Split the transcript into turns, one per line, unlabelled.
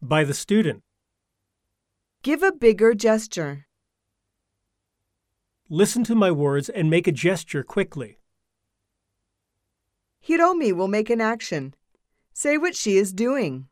by the student.
Give a bigger gesture.
Listen to my words and make a gesture quickly.
Hiromi will make an action. Say what she is doing.